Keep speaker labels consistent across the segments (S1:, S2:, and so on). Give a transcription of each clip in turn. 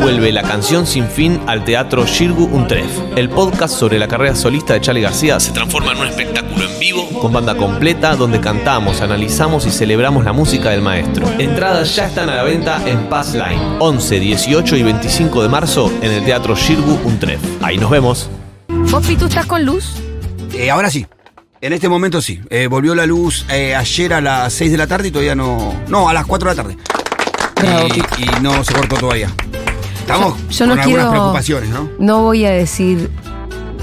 S1: vuelve la canción sin fin al teatro Shirgu Untref. El podcast sobre la carrera solista de Charlie García se transforma en un espectáculo en vivo con banda completa donde cantamos, analizamos y celebramos la música del maestro. Entradas ya están a la venta en Pass Line 11, 18 y 25 de marzo en el teatro Shirgu Untref. Ahí nos vemos.
S2: Fofi, ¿tú estás con luz?
S3: Eh, ahora sí. En este momento sí. Eh, volvió la luz eh, ayer a las 6 de la tarde y todavía no. No, a las 4 de la tarde.
S2: Bravo, Kiko.
S3: Y, y no se cortó todavía. Estamos
S2: Yo- yo no
S3: con
S2: quiero-
S3: algunas preocupaciones, ¿no?
S2: No voy a decir.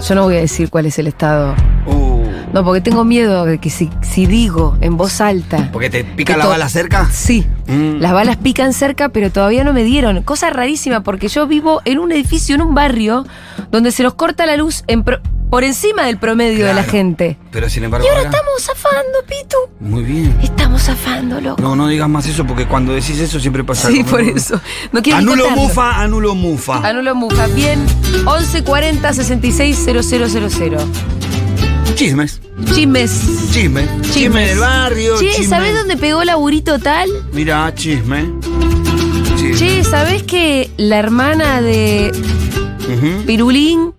S2: Yo no voy a decir cuál es el estado.
S3: Uh,
S2: No, porque tengo miedo de que si, si digo en voz alta.
S3: porque te pica
S2: que
S3: la
S2: to-
S3: bala cerca.
S2: Sí.
S3: Mm.
S2: Las balas pican cerca, pero todavía no me dieron. Cosa rarísima, porque yo vivo en un edificio, en un barrio, donde se nos corta la luz en pro- por encima del promedio de la
S3: Claro.
S2: gente.
S3: Pero sin embargo.
S2: Y ahora
S3: ahora-
S2: estamos zafando, Pitu.
S3: Muy bien.
S2: Estamos zafando, loco.
S3: No, no digas más eso porque cuando decís eso siempre pasa
S2: sí,
S3: algo.
S2: por eso. No quiero ni
S3: Anulo
S2: contarlo.
S3: mufa, anulo mufa.
S2: Anulo Mufa. Bien. 1140 660000.
S3: Chismes,
S2: Chismes.
S3: chisme. Chisme del barrio.
S2: Che,
S3: chisme.
S2: ¿sabés dónde pegó laburito tal?
S3: Mirá, chisme. Chisme.
S2: Che, ¿sabés que la hermana de
S3: Ujú.
S2: Pirulín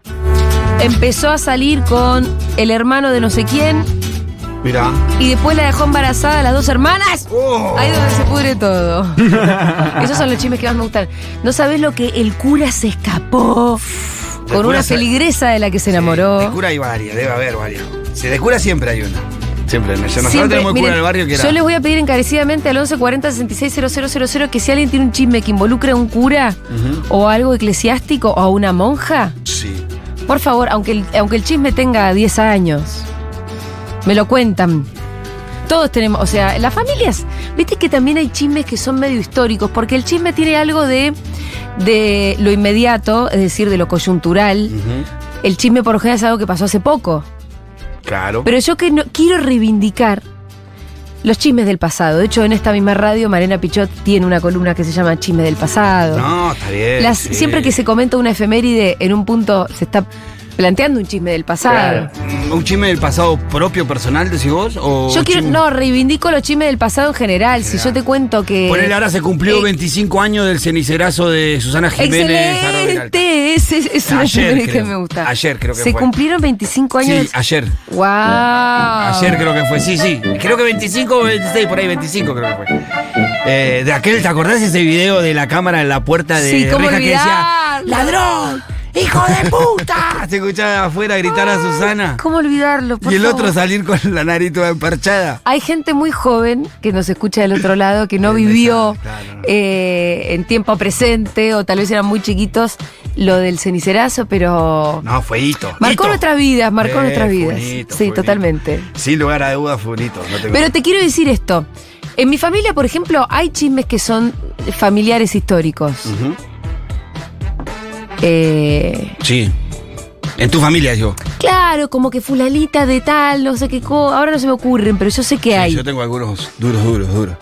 S2: empezó a salir con el hermano de no sé quién
S3: Mirá.
S2: y después la dejó embarazada a las dos hermanas?
S3: Oh.
S2: Ahí donde se pudre todo. Esos son los chismes que más me gustan. ¿No sabés lo que el cura se escapó?
S3: El
S2: Con
S3: cura
S2: una
S3: se-
S2: feligresa de la que se
S3: De
S2: enamoró.
S3: cura hay varias, debe haber varias. Se de cura siempre hay una. Siempre hay una. Nosotros
S2: Siempre,
S3: tenemos cura
S2: miren,
S3: en el barrio que era.
S2: Yo les voy a pedir encarecidamente al 1140-660000 que si alguien tiene un chisme que involucre a un cura
S3: Ujú.
S2: o algo eclesiástico o a una monja,
S3: Sí.
S2: por favor, aunque el, aunque el chisme tenga 10 años, me lo cuentan. Todos tenemos, o sea, las familias, viste que también hay chismes que son medio históricos, porque el chisme tiene algo de, de lo inmediato, es decir, de lo coyuntural.
S3: Mm. Ujú.
S2: El chisme por lo general es algo que pasó hace poco.
S3: Claro.
S2: Pero yo que no- quiero reivindicar los chismes del pasado. De hecho, en esta misma radio, Marena Pichot tiene una columna que se llama Chisme del pasado.
S3: no, está bien.
S2: Las-
S3: sí.
S2: Siempre que se comenta una efeméride, en un punto se está planteando un chisme del pasado.
S3: Mm, ¿Un chisme del pasado propio, personal, decís vos? O
S2: Yo quiero,
S3: chisme-
S2: no, reivindico los chismes del pasado en general. Si yo te cuento que.
S3: Ponele, ahora se cumplió
S2: Eh,
S3: 25 años del cenicerazo de Susana Jiménez. Arroyo Peralta.
S2: Excelente, ese ese es un
S3: Ayer,
S2: efeméride que
S3: creo.
S2: me gusta.
S3: Ayer creo que
S2: Se
S3: fue.
S2: cumplieron 25 años.
S3: Sí, ayer.
S2: wow.
S3: Ayer creo que fue, sí, sí. Creo que 25 o 26, por ahí 25 creo que fue. Eh, de aquel, ¿te acordás ese video de la cámara en la puerta de
S2: Sí, cómo
S3: Reja que decía
S2: olvidarlo.
S3: ¡Ladrón! ¡Hijo de puta! Ah, Se escuchaba afuera gritar a Susana.
S2: ¿Cómo olvidarlo? por
S3: Y el otro
S2: favor?
S3: salir con la nariz toda emparchada.
S2: Hay gente muy joven que nos escucha del otro lado, que no vivió
S3: Claro.
S2: eh, en tiempo presente o tal vez eran muy chiquitos lo del cenicerazo, pero
S3: No, fue hito.
S2: marcó
S3: hito.
S2: nuestras vidas, marcó
S3: Eh,
S2: nuestras
S3: fue un
S2: vidas.
S3: hito, fue
S2: sí,
S3: un hito.
S2: totalmente.
S3: Sin lugar a dudas fue un hito. no te-
S2: Pero te quiero decir esto. En mi familia, por ejemplo, hay chismes que son familiares históricos.
S3: Ujú.
S2: Eh,
S3: Sí. En tu familia, yo.
S2: claro, como que fulalita de tal, no sé qué co- Ahora no se me ocurren, pero yo sé que hay.
S3: Yo tengo algunos duros, duros, duros.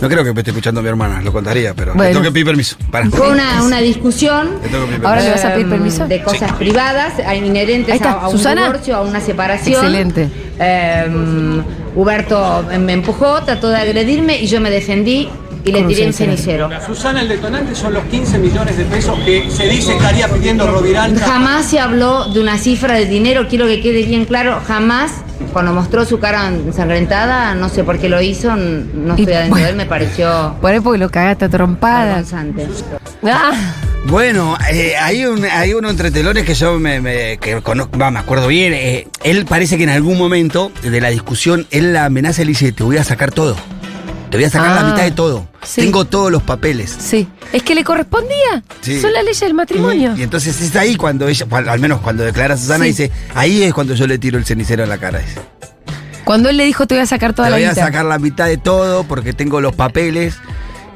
S3: No creo que me esté escuchando mi hermana, lo contaría, pero
S2: Bueno.
S3: le tengo que pedir permiso. Pará.
S4: Fue una, una discusión
S3: Le tengo que pedir
S2: Ahora le vas a pedir
S4: em,
S2: permiso.
S4: de cosas privadas a-
S2: Ahí
S4: inherentes
S2: está,
S4: a, a un
S2: Susana.
S4: divorcio, a una separación.
S2: Excelente.
S4: Em, Huberto em, me empujó, trató de agredirme y yo me defendí y le
S2: Con un
S4: tiré un
S2: cenicero.
S4: cenicero.
S5: Susana, el detonante son los 15 millones de pesos que se dice estaría pidiendo Roviralta.
S4: Jamás se habló de una cifra de dinero, quiero que quede bien claro, jamás. Cuando mostró su cara ensangrentada, no sé por qué lo hizo, n- no
S2: Y
S4: estoy adentro
S2: bueno.
S4: de él, me pareció
S2: Por ahí porque lo cagaste a trompadas.
S4: vergonzante.
S2: Ah.
S3: Bueno, eh, hay, un, hay uno entre telones que yo me, me- que conozco, va, me acuerdo bien. eh, él parece que en algún momento de la discusión, él la amenaza y le dice, te voy a sacar todo. Te voy a sacar
S2: Ah,
S3: la mitad de todo.
S2: sí.
S3: Tengo todos los papeles.
S2: Sí. Es que le correspondía.
S3: Sí.
S2: Son las leyes del matrimonio.
S3: Y entonces es ahí cuando ella, cual- al menos cuando declara Susana,
S2: Sí.
S3: dice, ahí es cuando yo le tiro el cenicero en la cara. dice.
S2: Cuando él le dijo te voy a sacar toda
S3: Te
S2: la
S3: voy
S2: vida.
S3: a sacar la mitad de todo porque tengo los papeles.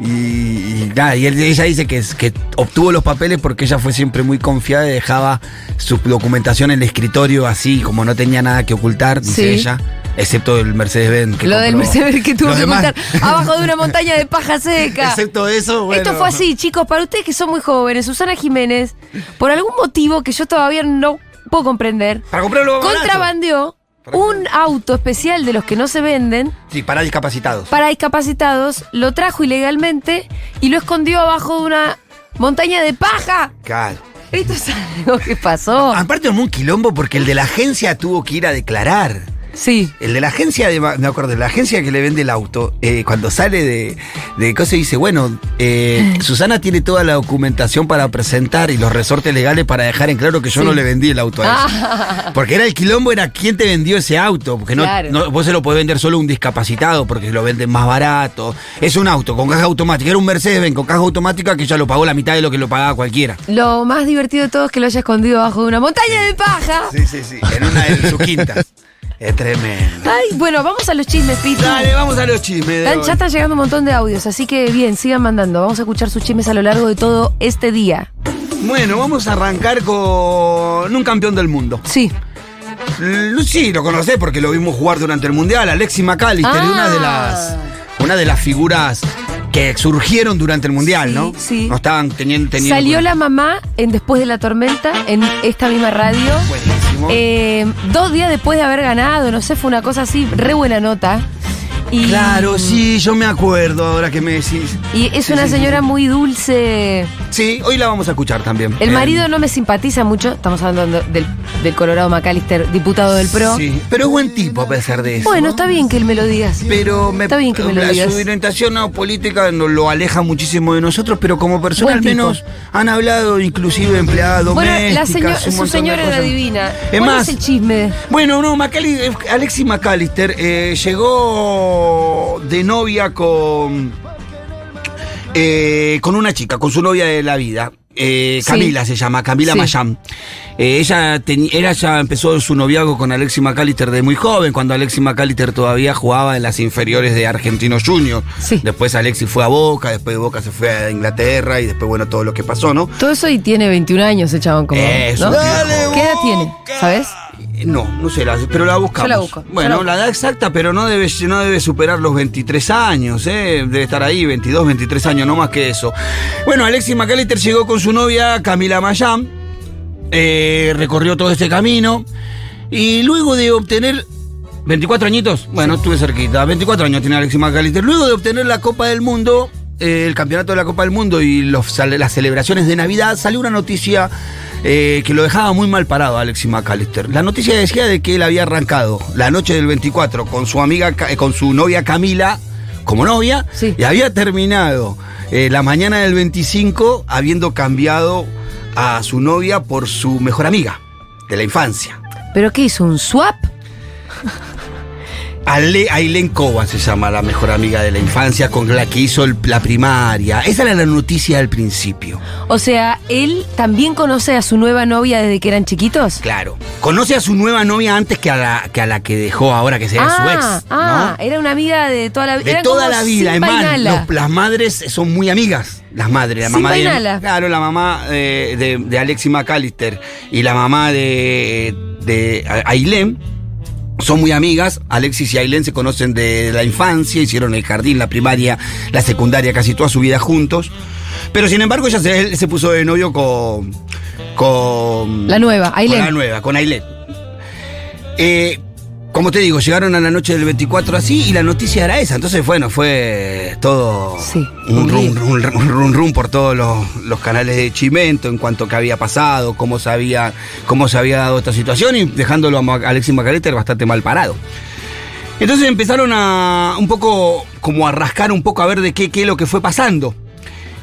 S3: Y, y nada, y él- ella dice que, es- que obtuvo los papeles porque ella fue siempre muy confiada y dejaba su documentación en el escritorio así, como no tenía nada que ocultar, dice
S2: Sí.
S3: ella, excepto el Mercedes-Benz. que
S2: Lo del
S3: compró.
S2: Mercedes que tuvo
S3: Los
S2: que
S3: demás-
S2: contar abajo de una montaña de paja seca.
S3: Excepto eso, bueno.
S2: Esto fue así, chicos, para ustedes que son muy jóvenes, Susana Jiménez, por algún motivo que yo todavía no puedo comprender,
S3: Para comprarlo barato.
S2: contrabandeó un auto especial de los que no se venden
S3: Sí, para discapacitados.
S2: para discapacitados, lo trajo ilegalmente y lo escondió abajo de una montaña de paja.
S3: Claro.
S2: Esto es algo que pasó.
S3: Aparte armó un quilombo porque el de la agencia tuvo que ir a declarar.
S2: Sí.
S3: El de la agencia de, ma- me acuerdo, la agencia que le vende el auto, eh, cuando sale de, de cosa dice, bueno, eh, Susana tiene toda la documentación para presentar y los resortes legales para dejar en claro que yo
S2: Sí.
S3: no le vendí el auto a ella.
S2: Ah,
S3: Porque era el quilombo, era quién te vendió ese auto. Porque no,
S2: Claro.
S3: no- vos se lo podés vender solo a un discapacitado porque lo venden más barato. Es un auto con caja automática. Era un Mercedes-Benz con caja automática que ya lo pagó la mitad de lo que lo pagaba cualquiera.
S2: lo más divertido de todo es que lo haya escondido bajo de una montaña de paja.
S3: Sí, sí, sí. En una de sus quintas. es tremendo.
S2: Ay, bueno, vamos a los chismes, Pitu.
S3: Dale, vamos a los chismes. de
S2: Están-
S3: hoy.
S2: ya están llegando un montón de audios, así que bien, sigan mandando. Vamos a escuchar sus chismes a lo largo de todo este día.
S3: Bueno, vamos a arrancar con un campeón del mundo.
S2: Sí.
S3: L- Sí, lo conocés porque lo vimos jugar durante el Mundial, Alexi McAllister,
S2: Ah.
S3: una de las una de las figuras que surgieron durante el Mundial,
S2: Sí,
S3: ¿no?
S2: sí.
S3: No estaban teniendo, teniendo
S2: Salió la mamá en Después de la Tormenta, en esta misma radio.
S3: Buenísimo.
S2: Eh, dos días después de haber ganado, no sé, fue una cosa así, re buena nota. Y,
S3: Claro, sí, yo me acuerdo ahora que me decís.
S2: Y es una señora muy dulce.
S3: Sí, hoy la vamos a escuchar también.
S2: El
S3: Eh,
S2: marido no me simpatiza mucho. Estamos hablando del, del Colorado McAllister, diputado del PRO.
S3: Sí, pero es buen tipo a pesar de eso.
S2: Bueno, está bien que él me lo digas.
S3: Pero me,
S2: Está bien que me lo
S3: la-
S2: digas.
S3: su orientación no, política no, lo aleja muchísimo de nosotros, pero como persona
S2: Buen
S3: al menos han hablado inclusive empleada
S2: Bueno, la
S3: doméstica.
S2: señora,
S3: un montón
S2: su
S3: de
S2: señora era
S3: cosas.
S2: divina.
S3: Es
S2: ¿Cuál es
S3: más,
S2: el chisme?
S3: bueno, no, Macali- eh, Alexis McAllister eh, llegó de novia con, eh, con una chica, con su novia de la vida. Eh,
S2: Sí.
S3: Camila se llama, Camila
S2: Sí.
S3: Mayam. Eh, ella, teni- ella ya empezó su noviazgo con Alexis McAllister de muy joven, cuando Alexis McAllister todavía jugaba en las inferiores de Argentino Junior.
S2: Sí.
S3: Después Alexis fue a Boca, después de Boca se fue a Inglaterra y después, bueno, todo lo que pasó, ¿no?
S2: Todo eso y tiene 21 años el chabón como.
S3: Eso,
S2: ¿no?
S3: dale,
S2: ¿Qué edad tiene? ¿Sabes?
S3: Eh, No, no sé, la- pero la
S2: Yo
S3: buscamos.
S2: la busco, yo
S3: Bueno,
S2: la busco.
S3: la edad exacta, pero no debe, no debe superar los 23 años, ¿eh? Debe estar ahí, 22, 23 años, no más que eso. Bueno, Alexis McAllister llegó con su novia Camila Mayam, eh, recorrió todo este camino y luego de obtener... 24 añitos, bueno, estuve cerquita. 24 años tiene Alexis McAllister. Luego de obtener la Copa del Mundo, eh, el campeonato de la Copa del Mundo y los sale- las celebraciones de Navidad, salió una noticia eh, que lo dejaba muy mal parado a Alexis McAllister. La noticia decía de que él había arrancado la noche del 24 con su amiga, Ca- eh, con su novia Camila, como novia,
S2: Sí.
S3: y había terminado eh, la mañana del 25 habiendo cambiado a su novia por su mejor amiga de la infancia.
S2: ¿Pero qué hizo? ¿Un swap?
S3: Ale, Ailén Coban se llama la mejor amiga de la infancia con la que hizo el- la primaria. Esa era la noticia al principio.
S2: O sea, él también conoce a su nueva novia desde que eran chiquitos.
S3: Claro. Conoce a su nueva novia antes que a la que, a la que dejó ahora, que sería su ex. ¿no?
S2: ah, era una amiga de toda la vida.
S3: de
S2: Eran
S3: toda
S2: como
S3: la vida,
S2: Simba y
S3: además,
S2: Nala.
S3: los- las madres son muy amigas. Las madres, la
S2: Simba
S3: mamá
S2: y
S3: de,
S2: Nala.
S3: Claro, la mamá eh, de, de Alexis McAllister y la mamá de, de A- Ailén son muy amigas. Alexis y Ailén se conocen de la infancia, hicieron el jardín, la primaria, la secundaria, casi toda su vida juntos. Pero sin embargo, ella se, él se puso de novio con. con
S2: La nueva,
S3: con la
S2: Ailén.
S3: nueva, con Ailén. Eh, como te digo, llegaron a la noche del 24 así y la noticia era esa. Entonces, bueno, fue todo
S2: Sí,
S3: un
S2: un
S3: rum,
S2: lío.
S3: un rum, rum, rum por todos los, los canales de Chimento en cuanto a qué había pasado, cómo se había, cómo se había dado esta situación y dejándolo a Ma- Alexis Macalester bastante mal parado. Entonces empezaron a un poco, como a rascar un poco a ver de qué, qué es lo que fue pasando.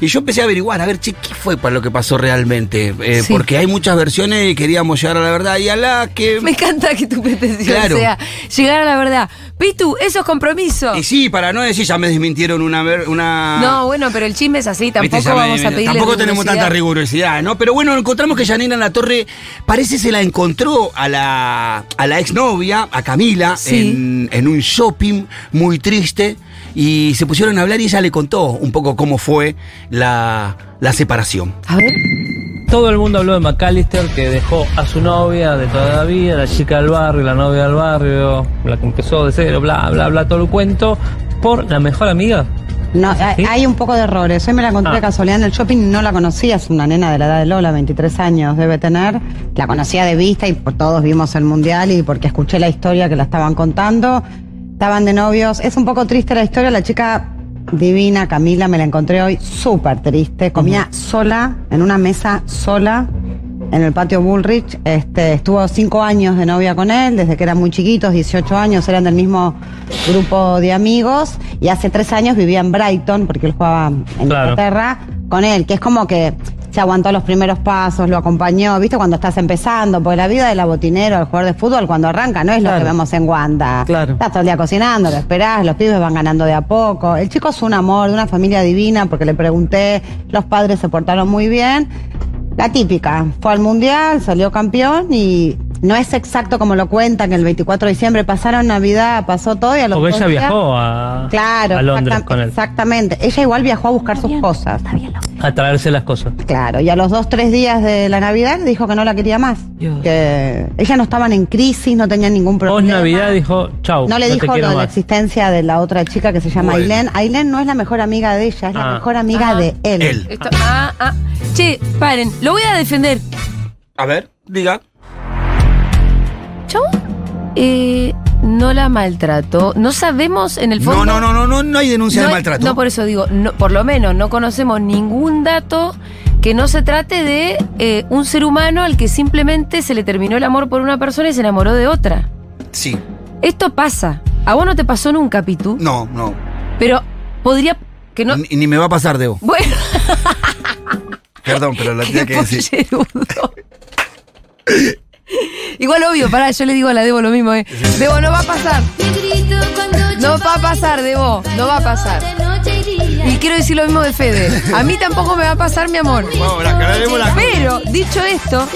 S3: Y yo empecé a averiguar, a ver, che, ¿qué fue para lo que pasó realmente? Eh,
S2: Sí.
S3: Porque hay muchas versiones y queríamos llegar a la verdad y a la que...
S2: Me encanta que tu pretensión
S3: Claro.
S2: sea llegar a la verdad. Pitu, eso es compromiso.
S3: Y sí, para no decir, ya me desmintieron una... ver- una...
S2: No, bueno, pero el chisme es así,
S3: Viste,
S2: tampoco
S3: ya me-
S2: vamos a pedirle
S3: Tampoco tenemos
S2: rigurosidad.
S3: tanta rigurosidad, ¿no? Pero bueno, encontramos que Janina La Torre parece se la encontró a la, a la exnovia, a Camila,
S2: Sí.
S3: en, en un shopping muy triste. Y se pusieron a hablar y ella le contó un poco cómo fue la, la separación.
S2: A ver.
S6: Todo el mundo habló de McAllister que dejó a su novia de toda la vida, la chica del barrio, la novia del barrio, la que empezó de cero, bla, bla, bla, todo el cuento, por la mejor amiga.
S7: No, hay,
S6: ¿Sí?
S7: hay un poco de errores. Hoy me la encontré
S6: Ah.
S7: de casualidad en el shopping y no la conocía. Es una nena de la edad de Lola, 23 años debe tener. La conocía de vista y por todos vimos el mundial y porque escuché la historia que la estaban contando. Estaban de novios. Es un poco triste la historia. La chica divina, Camila, me la encontré hoy súper triste. Comía sola, en una mesa sola, en el patio Bullrich. Este, estuvo cinco años de novia con él, desde que eran muy chiquitos, 18 años, eran del mismo grupo de amigos. Y hace tres años vivía en Brighton, porque él jugaba en
S6: Claro.
S7: Inglaterra, con él, que es como que se aguantó los primeros pasos, lo acompañó, ¿viste? Cuando estás empezando, porque la vida de la botinera, del jugador de fútbol, cuando arranca, no es lo
S8: Claro.
S7: que vemos en Wanda.
S8: Claro.
S7: Estás todo el día cocinando, lo esperás, los pibes van ganando de a poco. El chico es un amor, de una familia divina, porque le pregunté, los padres se portaron muy bien. La típica, fue al mundial, salió campeón y no es exacto como lo cuentan, que el 24 de diciembre pasaron Navidad, pasó todo y a los
S6: Porque ella
S7: dos días-
S6: viajó a,
S7: Claro,
S6: a Londres
S7: exactam-
S6: con él.
S7: exactamente. Ella igual viajó a buscar sus cosas.
S6: A traerse las cosas.
S7: Claro, y a los dos, tres días de la Navidad le dijo que no la quería más.
S8: Dios.
S7: Que ella no estaban en crisis, no tenían ningún problema.
S6: Post Navidad dijo, chau,
S7: No le
S6: no te
S7: dijo lo
S6: quiero
S7: de la
S6: más.
S7: existencia de la otra chica que se llama
S3: Bueno.
S7: Ailén. Ailén no es la mejor amiga de ella, es la
S6: Ah.
S7: mejor amiga
S2: Ah.
S7: de él.
S3: Él.
S2: Esto- ah, ah. Che, paren, lo voy a defender.
S3: A ver, diga.
S2: Chabón, eh, no la maltrató. No sabemos en el
S3: No,
S2: fondo.
S3: no, no, no, no, no hay denuncia
S2: No
S3: de
S2: hay-
S3: maltrato.
S2: No, por eso digo, no- por lo menos no conocemos ningún dato que no se trate de eh, un ser humano al que simplemente se le terminó el amor por una persona y se enamoró de otra.
S3: Sí.
S2: Esto pasa. A vos no te pasó nunca, Pitu,
S3: No, no.
S2: pero podría que no.
S3: Ni, ni me va a pasar, Debo.
S2: Bueno,
S3: Perdón, pero lo tenía
S2: qué
S3: que decir.
S2: pollerudo. Igual obvio, pará, yo le digo a la Debo lo mismo, eh. Debo, no va a pasar. No va a pasar, Debo, no va a pasar. Y quiero decir lo mismo de Fede. A mí tampoco me va a pasar, mi amor. Pero, dicho esto,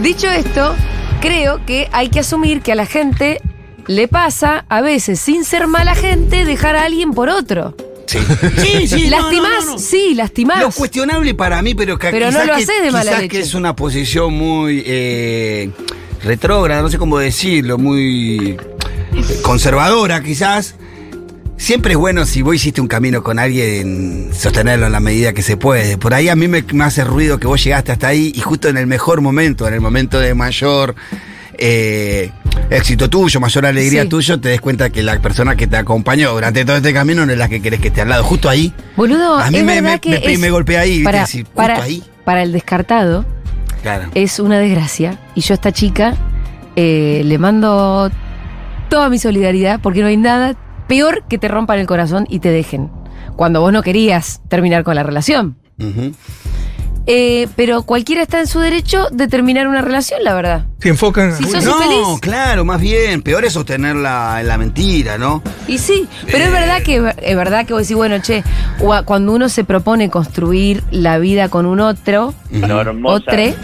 S2: dicho esto, creo que hay que asumir que a la gente le pasa, a veces, sin ser mala gente, dejar a alguien por otro.
S3: Sí, sí, no, no,
S2: ¿Lastimás?
S3: no, no.
S2: Sí, lastimás.
S3: Lo cuestionable para mí, pero que
S2: Pero no
S3: quizás
S2: lo
S3: que-
S2: haces de mala
S3: quizás
S2: leche.
S3: que es una posición muy eh, retrógrada, no sé cómo decirlo, muy eh, conservadora quizás. Siempre es bueno si vos hiciste un camino con alguien, sostenerlo en la medida que se puede. Por ahí a mí me, me hace ruido que vos llegaste hasta ahí y justo en el mejor momento, en el momento de mayor eh, éxito tuyo, mayor alegría
S2: Sí.
S3: tuyo, te des cuenta que la persona que te acompañó durante todo este camino no es la que querés que esté al lado. Justo ahí
S2: Boludo,
S3: A mí
S2: es
S3: me-
S2: verdad
S3: me-
S2: que
S3: me pe-
S2: es-
S3: me golpeé ahí, ¿viste?
S2: Para,
S3: Decir, justo
S2: para,
S3: ahí.
S2: para el descartado
S3: Claro.
S2: es una desgracia. Y yo a esta chica eh, le mando toda mi solidaridad porque no hay nada peor que te rompan el corazón y te dejen. Cuando vos no querías terminar con la relación.
S3: Ujú.
S2: Eh, pero cualquiera está en su derecho de terminar una relación, la verdad.
S9: Se enfocan.
S2: Sí,
S9: Uy,
S2: sos-
S9: no.
S3: No,
S2: feliz?
S3: claro, más bien. Peor es sostenerla en la mentira, ¿no?
S2: Y sí, pero es
S3: Eh.
S2: verdad que es verdad que vos decís, bueno, che, gua- cuando uno se propone construir la vida con un otro, o tres,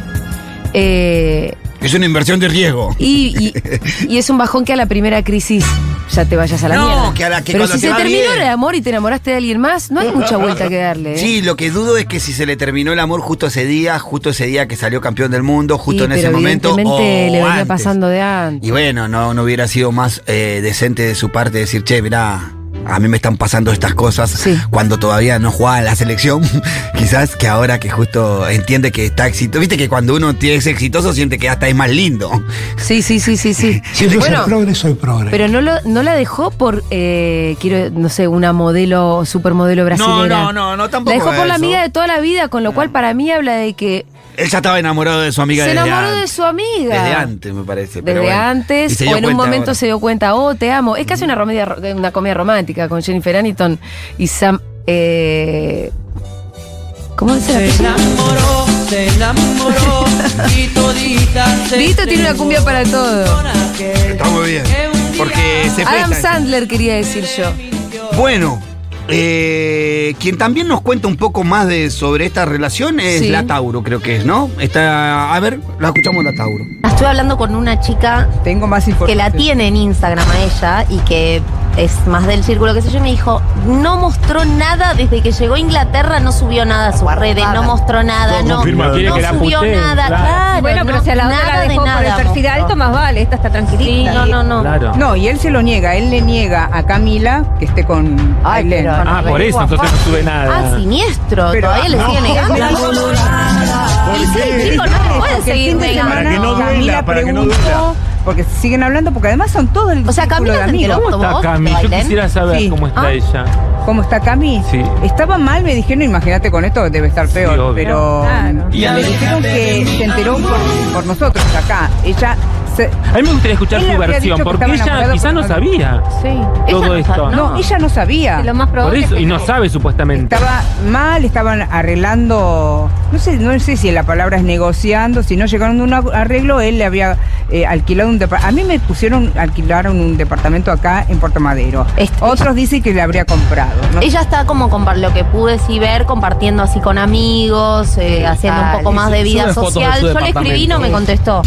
S2: eh,
S3: Es una inversión de riesgo.
S2: Y, y- y es un bajón que a la primera crisis ya te vayas a la
S3: No,
S2: mierda.
S3: que a la- que
S2: Pero
S3: cuando
S2: si
S3: te
S2: se
S3: va
S2: terminó
S3: bien.
S2: el amor y te enamoraste de alguien más, no hay mucha vuelta que darle. ¿eh?
S3: Sí, lo que dudo es que si se le terminó el amor justo ese día, justo ese día que salió campeón del mundo, justo
S2: Y,
S3: en
S2: pero
S3: ese momento.
S2: evidentemente
S3: o
S2: le venía
S3: antes.
S2: pasando de antes.
S3: Y bueno, no, no hubiera sido más eh, decente de su parte decir, che, mirá, a mí me están pasando estas cosas
S2: Sí.
S3: cuando todavía no jugaba en la selección. Quizás que ahora que justo entiende que está exitoso. Viste que cuando uno es exitoso siente que hasta es más lindo.
S2: Sí, sí, sí, sí, sí.
S9: Si yo
S2: Bueno,
S9: soy progre, soy progre.
S2: pero no, lo, no la dejó por, eh, quiero, no sé, una modelo, supermodelo brasileña.
S3: no, no, no, tampoco
S2: La dejó por la
S3: eso.
S2: amiga de toda la vida, con lo cual para mí habla de que
S3: Él ya estaba enamorado de su amiga
S2: se
S3: desde
S2: enamoró de
S3: antes.
S2: su amiga.
S3: Desde antes, me parece.
S2: Desde
S3: pero bueno. Y
S2: antes,
S3: se
S2: o
S3: dio
S2: en un
S3: cuenta
S2: momento
S3: ahora.
S2: se dio cuenta, oh, te amo. Es casi una comedia, una comedia romántica con Jennifer Aniston y Sam. eh, ¿Cómo dice la película? Dieguito tiene una cumbia para todo.
S3: Está muy bien. Porque se fue.
S2: Adam
S3: esta-
S2: Sandler quería decir yo.
S3: Bueno, eh, quien también nos cuenta un poco más de, sobre esta relación es
S2: Sí.
S3: la Tauro, creo que es, ¿no? Está, a ver, la escuchamos la Tauro.
S10: Estuve hablando con una chica
S8: Tengo más
S10: que
S8: información.
S10: la tiene en Instagram a ella y que es más del círculo que sé yo, y me dijo, no mostró nada desde que llegó a Inglaterra, no subió nada a sus redes, no mostró nada, no,
S9: confirma, quiere
S10: no
S9: que la
S10: subió
S9: puteen,
S10: nada,
S9: claro.
S10: claro,
S11: Bueno, pero
S10: no,
S11: si a la otra
S10: nada
S11: la
S10: de
S11: dejó por
S10: nada
S11: el perfil
S10: mostró.
S11: alto, más vale, esta está
S10: Sí,
S11: tranquilita.
S10: no, no, no.
S6: Claro.
S8: No, y él se lo niega, él le niega a Camila que esté con
S10: Ay,
S8: Ailén.
S10: pero-
S9: Ah, por eso, entonces no sube
S10: Ah,
S9: nada.
S10: siniestro, todavía le sigue negando.
S9: ¿Por
S10: Y sí,
S9: qué?
S10: chico, no te puedes
S8: Porque el
S10: seguir
S8: fin de
S10: negando.
S9: Para
S8: semana
S9: que no duela,
S8: Camila
S9: para que no
S8: preguntó
S9: duela.
S8: porque siguen hablando, porque además son todo el.
S10: O sea,
S8: círculo
S10: Camila
S8: de
S10: se
S8: amigos.
S10: enteró
S8: ¿Cómo
S10: como
S8: está
S10: vos,
S9: Cami, yo
S10: Bailén?
S9: quisiera saber
S8: Sí.
S9: cómo está
S8: Ah.
S9: ella.
S8: ¿Cómo está Cami?
S9: Sí.
S8: Estaba mal, me dijeron, imagínate con esto debe estar peor,
S9: obvio.
S8: pero
S9: Claro.
S8: y me dijeron que se enteró por, por nosotros acá. Ella se-
S9: A mí me gustaría escuchar
S8: Él le
S9: su
S8: había dicho
S9: versión,
S8: que
S9: porque
S8: estaba
S9: ella
S8: enamorado,
S9: quizá
S8: pero
S9: no
S8: no-
S9: sabía
S10: Sí.
S9: todo esto.
S8: no, ella no sabía.
S10: Lo más
S9: Por
S10: probable
S9: eso,
S10: es que
S9: y no sabe supuestamente.
S8: Estaba mal, estaban arreglando, no sé, no sé si la palabra es negociando, si no llegaron a un arreglo, él le había eh, alquilado un departamento. A mí me pusieron, alquilaron un departamento acá en Puerto Madero.
S10: Este-
S8: Otros dicen que le habría comprado. ¿no?
S10: Ella está como compa- lo que pude sí ver, compartiendo así con amigos, eh, haciendo un
S8: tal,
S10: poco más
S6: y
S10: de
S6: su-
S10: vida
S6: sube fotos de
S10: social.
S6: su
S10: Yo le escribí y no me contestó.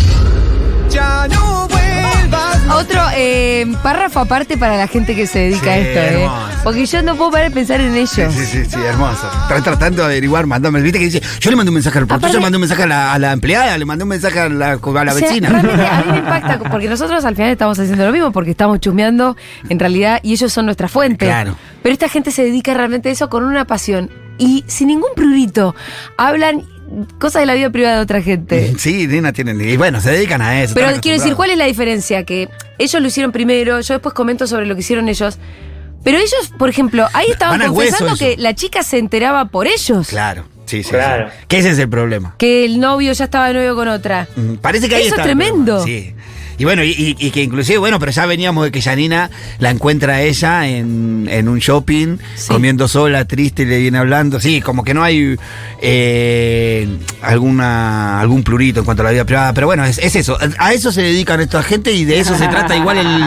S2: Otro eh, párrafo aparte para la gente que se dedica
S3: Sí,
S2: a esto, ¿eh?
S3: hermoso.
S2: Porque yo no puedo parar de pensar en ello.
S3: Sí, sí, sí, hermoso. Estás tratando de averiguar, mandame. Viste que dice, yo le mandé un mensaje al productor,
S2: Aparte-
S3: yo le mandé un mensaje a la, a la empleada, le mandé un mensaje a la, a la
S2: O sea,
S3: vecina.
S2: realmente a mí me impacta, porque nosotros al final estamos haciendo lo mismo, porque estamos chusmeando en realidad y ellos son nuestra fuente.
S3: Claro.
S2: Pero esta gente se dedica realmente a eso con una pasión y sin ningún prurito. Hablan cosas de la vida privada de otra gente.
S3: Sí, nena tienen. Y bueno, se dedican a eso.
S2: Pero
S3: están
S2: quiero decir,
S3: acostumbrados.
S2: ¿cuál es la diferencia? Que ellos lo hicieron primero, yo después comento sobre lo que hicieron ellos. Pero ellos, por ejemplo, ahí estaban
S3: Van al hueso
S2: confesando
S3: eso.
S2: que la chica se enteraba por ellos.
S3: Claro, sí, sí.
S9: Claro.
S3: sí. Que ese es el problema.
S2: Que el novio ya estaba de novio con otra.
S3: Mm, Parece que ahí
S2: Eso es
S3: está el
S2: tremendo.
S3: problema, Sí. Y bueno, y, y- y que inclusive, bueno, pero ya veníamos de que Janina la encuentra a ella en, en un shopping,
S2: Sí.
S3: comiendo sola, triste, y le viene hablando. Sí, como que no hay eh, alguna algún plurito en cuanto a la vida privada. Pero bueno, es, es eso. A eso se dedican esta gente y de eso se trata igual el,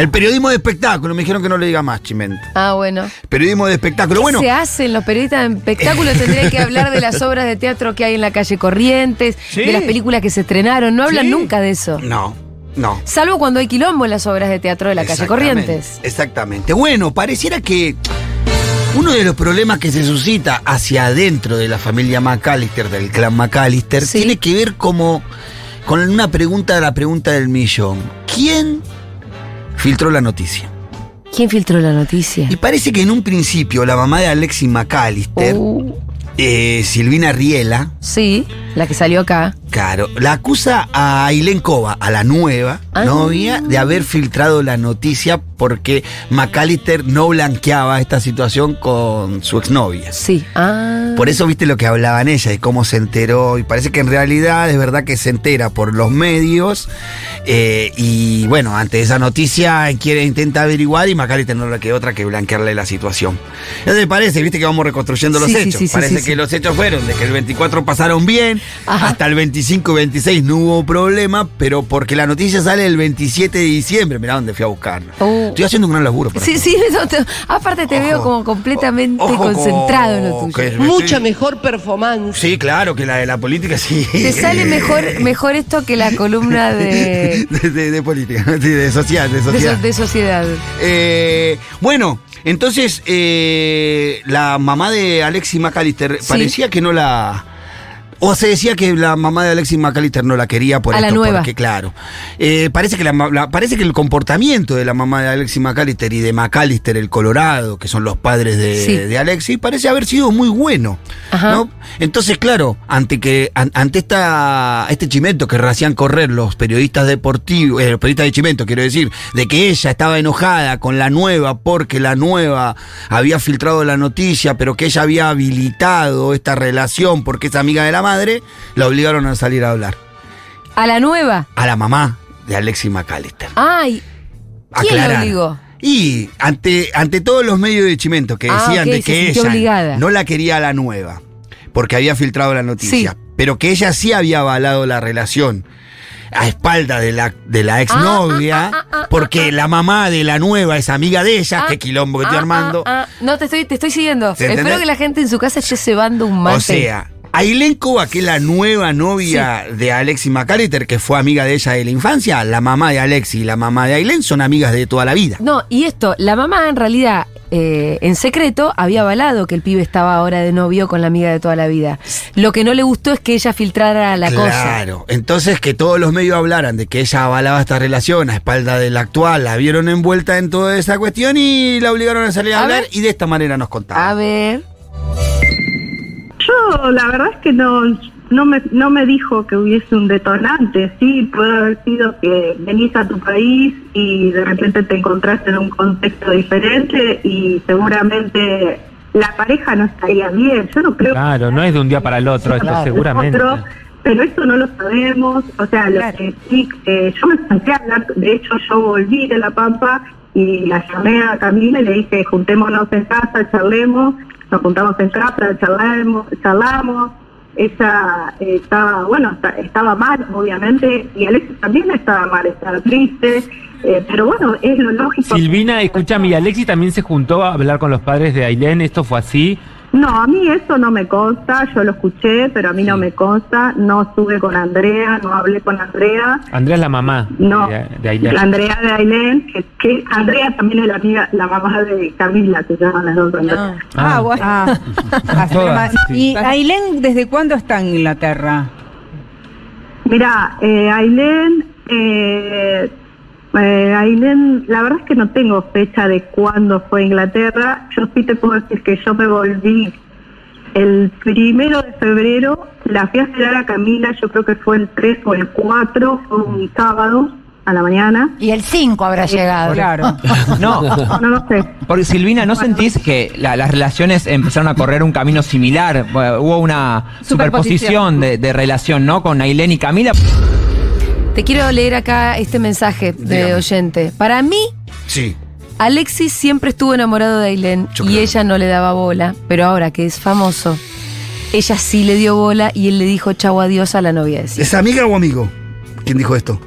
S3: el periodismo de espectáculo. Me dijeron que no le diga más, Chimento.
S2: Ah, bueno.
S3: Periodismo de espectáculo.
S2: ¿Qué
S3: Bueno,
S2: se hacen los periodistas de espectáculo? Tendrían que hablar de las obras de teatro que hay en la calle Corrientes,
S3: Sí.
S2: de las películas que se estrenaron. No hablan
S3: Sí.
S2: nunca de eso.
S3: no, no.
S2: Salvo cuando hay quilombo en las obras de teatro de la calle
S3: Exactamente,
S2: Corrientes.
S3: Exactamente. Bueno, pareciera que uno de los problemas que se suscita hacia adentro de la familia McAllister, del clan McAllister,
S2: Sí.
S3: tiene que ver como con una pregunta, la pregunta del millón. ¿Quién filtró la noticia?
S2: ¿Quién filtró la noticia?
S3: Y parece que en un principio la mamá de Alexis McAllister,
S2: Uh,
S3: eh, Silvina Riela,
S2: sí, la que salió acá.
S3: Claro, la acusa a Ailén Cova, a la nueva
S2: Ah.
S3: novia, de haber filtrado la noticia porque McAllister no blanqueaba esta situación con su exnovia.
S2: Sí. Ah.
S3: Por eso viste lo que hablaban ella y cómo se enteró. Y parece que en realidad es verdad que se entera por los medios. eh, y bueno, ante esa noticia quiere, intenta averiguar y McAllister no le quedó otra que blanquearle la situación. Entonces parece, viste que vamos reconstruyendo los
S2: Sí, sí,
S3: hechos.
S2: sí, sí,
S3: parece
S2: sí,
S3: que
S2: sí.
S3: los hechos fueron de que el 24 pasaron bien,
S2: Ajá.
S3: hasta el 25 y 26 no hubo problema, pero porque la noticia sale el 27 de diciembre. Mirá dónde fui a buscarlo.
S2: Oh.
S3: Estoy haciendo un gran laburo. por
S2: Sí,
S3: acá.
S2: sí, no te- aparte te
S3: Ojo.
S2: veo como completamente
S3: Ojo con-
S2: concentrado en lo tuyo.
S3: que me
S11: Mucha
S3: estoy-
S11: mejor performance.
S3: Sí, claro, que la de la política sí.
S2: Te sale mejor, mejor esto que la columna de,
S3: De, de- de política, sí, de social, de
S2: de, so-
S3: social.
S2: de sociedad.
S3: Eh, bueno, entonces eh, la mamá de Alexis McAllister
S2: Sí.
S3: parecía que no la. O se decía que la mamá de Alexis McAllister no la quería por
S2: A la
S3: esto,
S2: nueva.
S3: porque claro. eh, parece, que la ma- la- parece que el comportamiento de la mamá de Alexis McAllister y de McAllister el Colorado, que son los padres de,
S2: Sí.
S3: de Alexis, parece haber sido muy bueno.
S2: Ajá.
S3: ¿no? Entonces, claro, ante que an- ante esta este chimento que hacían correr los periodistas deportivos, eh, los periodistas de chimento, quiero decir, de que ella estaba enojada con la nueva porque la nueva había filtrado la noticia, pero que ella había habilitado esta relación porque es amiga de la madre, la obligaron a salir a hablar
S2: A la nueva.
S3: a la mamá de Alexis McAllister.
S2: Ay, ¿quién lo
S3: Aclarar.
S2: obligó?
S3: Y ante, ante todos los medios de chimento que
S2: Ah,
S3: decían
S2: ok, se
S3: de que
S2: sintió
S3: ella
S2: obligada.
S3: no la quería a la nueva, porque había filtrado la noticia,
S2: Sí.
S3: pero que ella sí había avalado la relación a espalda de la, de la exnovia,
S2: ah, ah, ah,
S3: porque la mamá de la nueva es amiga de ella,
S2: Ah,
S3: qué quilombo que estoy
S2: ah,
S3: armando.
S2: ah, ah. No, te estoy, te estoy siguiendo.
S3: ¿Se
S2: Espero
S3: entendés?
S2: que la gente en su casa esté cebando un mate.
S3: O sea, Ailén Cova, que es la nueva novia de Alexis McAllister, que fue amiga de ella de la infancia, la mamá de Alexis y la mamá de Ailén son amigas de toda la vida.
S2: No, y esto, la mamá en realidad, eh, en secreto, había avalado que el pibe estaba ahora de novio con la amiga de toda la vida. Lo que no le gustó es que ella filtrara la cosa.
S3: Claro, entonces que todos los medios hablaran de que ella avalaba esta relación a espalda de la actual, la vieron envuelta en toda esa cuestión y la obligaron a salir a,
S2: A
S3: hablar
S2: ver.
S3: y de esta manera nos
S2: A
S3: contaron.
S2: ver.
S11: Yo, la verdad es que no. no me, no me dijo que hubiese un detonante, sí, puede haber sido que venís a tu país y de repente te encontraste en un contexto diferente y seguramente la pareja no estaría bien. Yo no creo
S9: Claro, no es de un día para el otro, esto
S11: Claro.
S9: seguramente.
S11: Otro, pero eso no lo sabemos, o sea, lo que sí, eh, yo me senté a hablar, de hecho yo volví de La Pampa y la llamé a Camila y le dije, juntémonos en casa, charlemos, nos juntamos en casa, charlamos, charlamos. ella eh, estaba, bueno, esta- estaba mal, obviamente, y Alexis también estaba mal, estaba triste, eh, pero bueno, es lo lógico.
S9: Silvina, escúchame, y Alexi también se juntó a hablar con los padres de Ailén, esto fue así.
S11: No, a mí eso no me consta, yo lo escuché, pero a mí no me consta, no estuve con Andrea, no hablé con Andrea.
S9: Andrea es la mamá
S11: No,
S9: de, de Ailén.
S11: La Andrea de Ailén, que, que Andrea también es la amiga, la mamá de Camila, que llaman las dos. Andrea.
S8: Ah, bueno. Así nomás. ¿Y Ailén desde cuándo está en Inglaterra?
S11: Mira, eh, Ailén, eh, eh, Ailén, la verdad es que no tengo fecha de cuándo fue a Inglaterra. Yo sí te puedo decir que yo me volví el primero de febrero, la fui a esperar a Camila, yo creo que fue el 3 o el 4, fue un sábado a la mañana.
S12: Y el 5 habrá llegado.
S11: Claro.
S13: No,
S11: no lo sé.
S13: Porque Silvina, ¿no sentís que la- las relaciones empezaron a correr un camino similar? Bueno, Hubo una
S2: Superposición.
S13: superposición de, de relación, ¿no? Con Ailén y Camila.
S2: Te quiero leer acá este mensaje de
S13: Dígame.
S2: oyente. Para mí,
S3: Sí.
S2: Alexis siempre estuvo enamorado de Ailén y ella no le daba bola, pero ahora que es famoso, ella sí le dio bola y él le dijo chau adiós a la novia de sí.
S3: ¿Es amiga o amigo? ¿Quién dijo esto?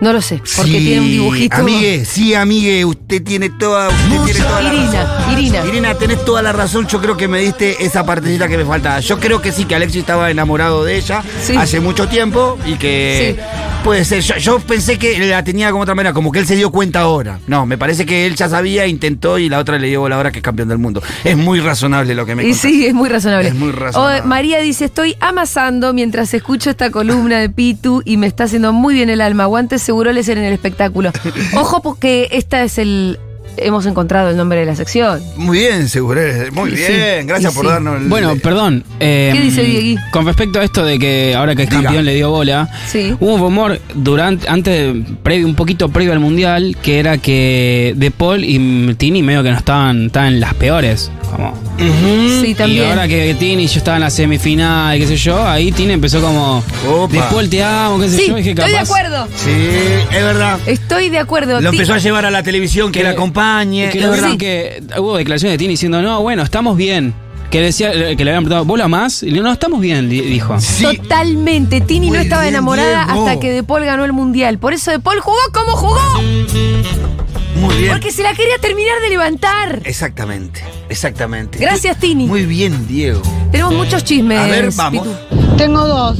S2: No lo sé, porque
S3: Sí,
S2: tiene un dibujito.
S3: Amigue, sí, amigue, usted tiene toda. usted tiene toda la
S2: Irina,
S3: razón.
S2: Irina.
S3: Irina, tenés toda la razón. Yo creo que me diste esa partecita que me faltaba. Yo creo que sí, que Alexis estaba enamorado de ella
S2: Sí.
S3: hace mucho tiempo y que. Puede ser. Yo, yo pensé que la tenía como otra manera, como que él se dio cuenta ahora. No, me parece que él ya sabía, intentó y la otra le dio bola ahora que es campeón del mundo. Es muy razonable lo que me
S2: Y
S3: contás.
S2: sí, es muy razonable.
S3: Es muy razonable.
S2: O- María dice, estoy amasando mientras escucho esta columna de Pitu y me está haciendo muy bien el alma. Aguante seguro les en el espectáculo. Ojo porque esta es el... Hemos encontrado el nombre de la sección.
S3: Muy bien, seguro. eh. Muy
S2: Y
S3: bien.
S2: sí,
S3: Gracias
S2: y
S3: por
S2: sí.
S3: darnos el.
S14: Bueno, perdón. eh,
S2: ¿Qué dice Diegui?
S14: Con respecto a esto de que ahora que es campeón le dio bola, hubo un rumor durante, antes, previo, un poquito previo al mundial, que era que De Paul y Tini medio que no estaban, estaban en las peores. Como.
S3: Mm,
S2: Sí, también.
S14: Y ahora que Tini yo estaba en la semifinal, qué sé yo, ahí Tini empezó como. De Paul te amo, qué sé
S2: Sí,
S14: yo. dije,
S2: estoy de
S14: capaz-
S2: acuerdo.
S3: Sí, es verdad.
S2: Estoy de acuerdo.
S14: Lo
S2: Ti-
S14: empezó
S3: a llevar a la televisión
S14: que la
S3: acompañe.
S14: Que, la verdad que hubo declaraciones de Tini diciendo, no, bueno, estamos bien. Que, decía, eh, que le habían preguntado, ¿bola más? Y le no, estamos bien, di- dijo.
S2: Totalmente. Tini no estaba enamorada
S14: Diego.
S2: hasta que De Paul ganó el mundial. Por eso De Paul jugó como jugó.
S3: Muy bien.
S2: Porque se la quería terminar de levantar.
S3: Exactamente, exactamente.
S2: Gracias, Tini.
S3: Muy bien, Diego.
S2: Tenemos muchos chismes.
S3: A ver, vamos.
S2: Pitu.
S15: Tengo dos.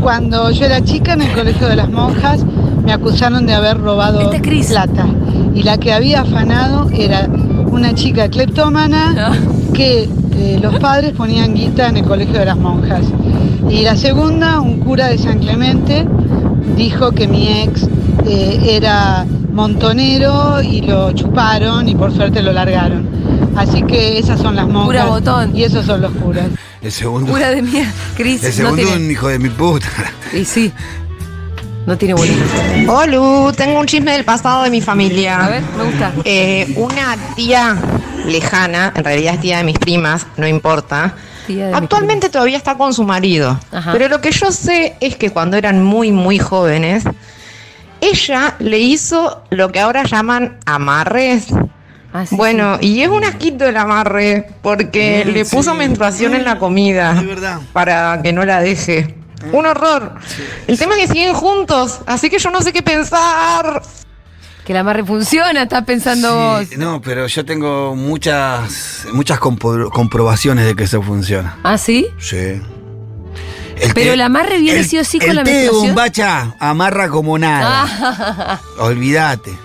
S15: Cuando yo era chica en el colegio de las monjas me acusaron de haber robado
S2: Este
S15: plata. Y la que había afanado era una chica
S2: Ah.
S15: cleptómana que eh, los padres ponían guita en el colegio de las monjas. Y la segunda, un cura de San Clemente, dijo que mi ex eh, era montonero y lo chuparon y por suerte lo largaron. Así que esas son las monjas.
S2: Cura botón.
S15: Y esos son los curas.
S3: El segundo.
S2: Pura de mierda. Cris,
S3: el
S2: no
S3: segundo
S2: tiene.
S3: un hijo de mi puta.
S2: Y sí. No tiene volumen.
S16: Hola, Uh, tengo un chisme del pasado de mi familia. A ver,
S2: me gusta.
S16: una tía lejana, en realidad es tía de mis primas, no importa. Actualmente todavía está con su marido.
S17: Ajá.
S16: Pero lo que yo sé es que cuando eran muy, muy jóvenes, ella le hizo lo que ahora llaman amarres.
S2: Ah,
S16: bueno, y es un asquito el amarre, porque le puso menstruación en la comida para que no la deje. Un horror. El tema es que siguen juntos, así que yo no sé qué pensar.
S2: Que la amarre funciona, estás pensando vos.
S3: No, pero yo tengo muchas muchas compro- comprobaciones de que eso funciona.
S2: ¿Ah, sí?
S3: Sí.
S2: Pero el amarre viene sí o sí con
S3: el
S2: la
S3: té de
S2: menstruación.
S3: bombacha amarra como nada. Olvídate.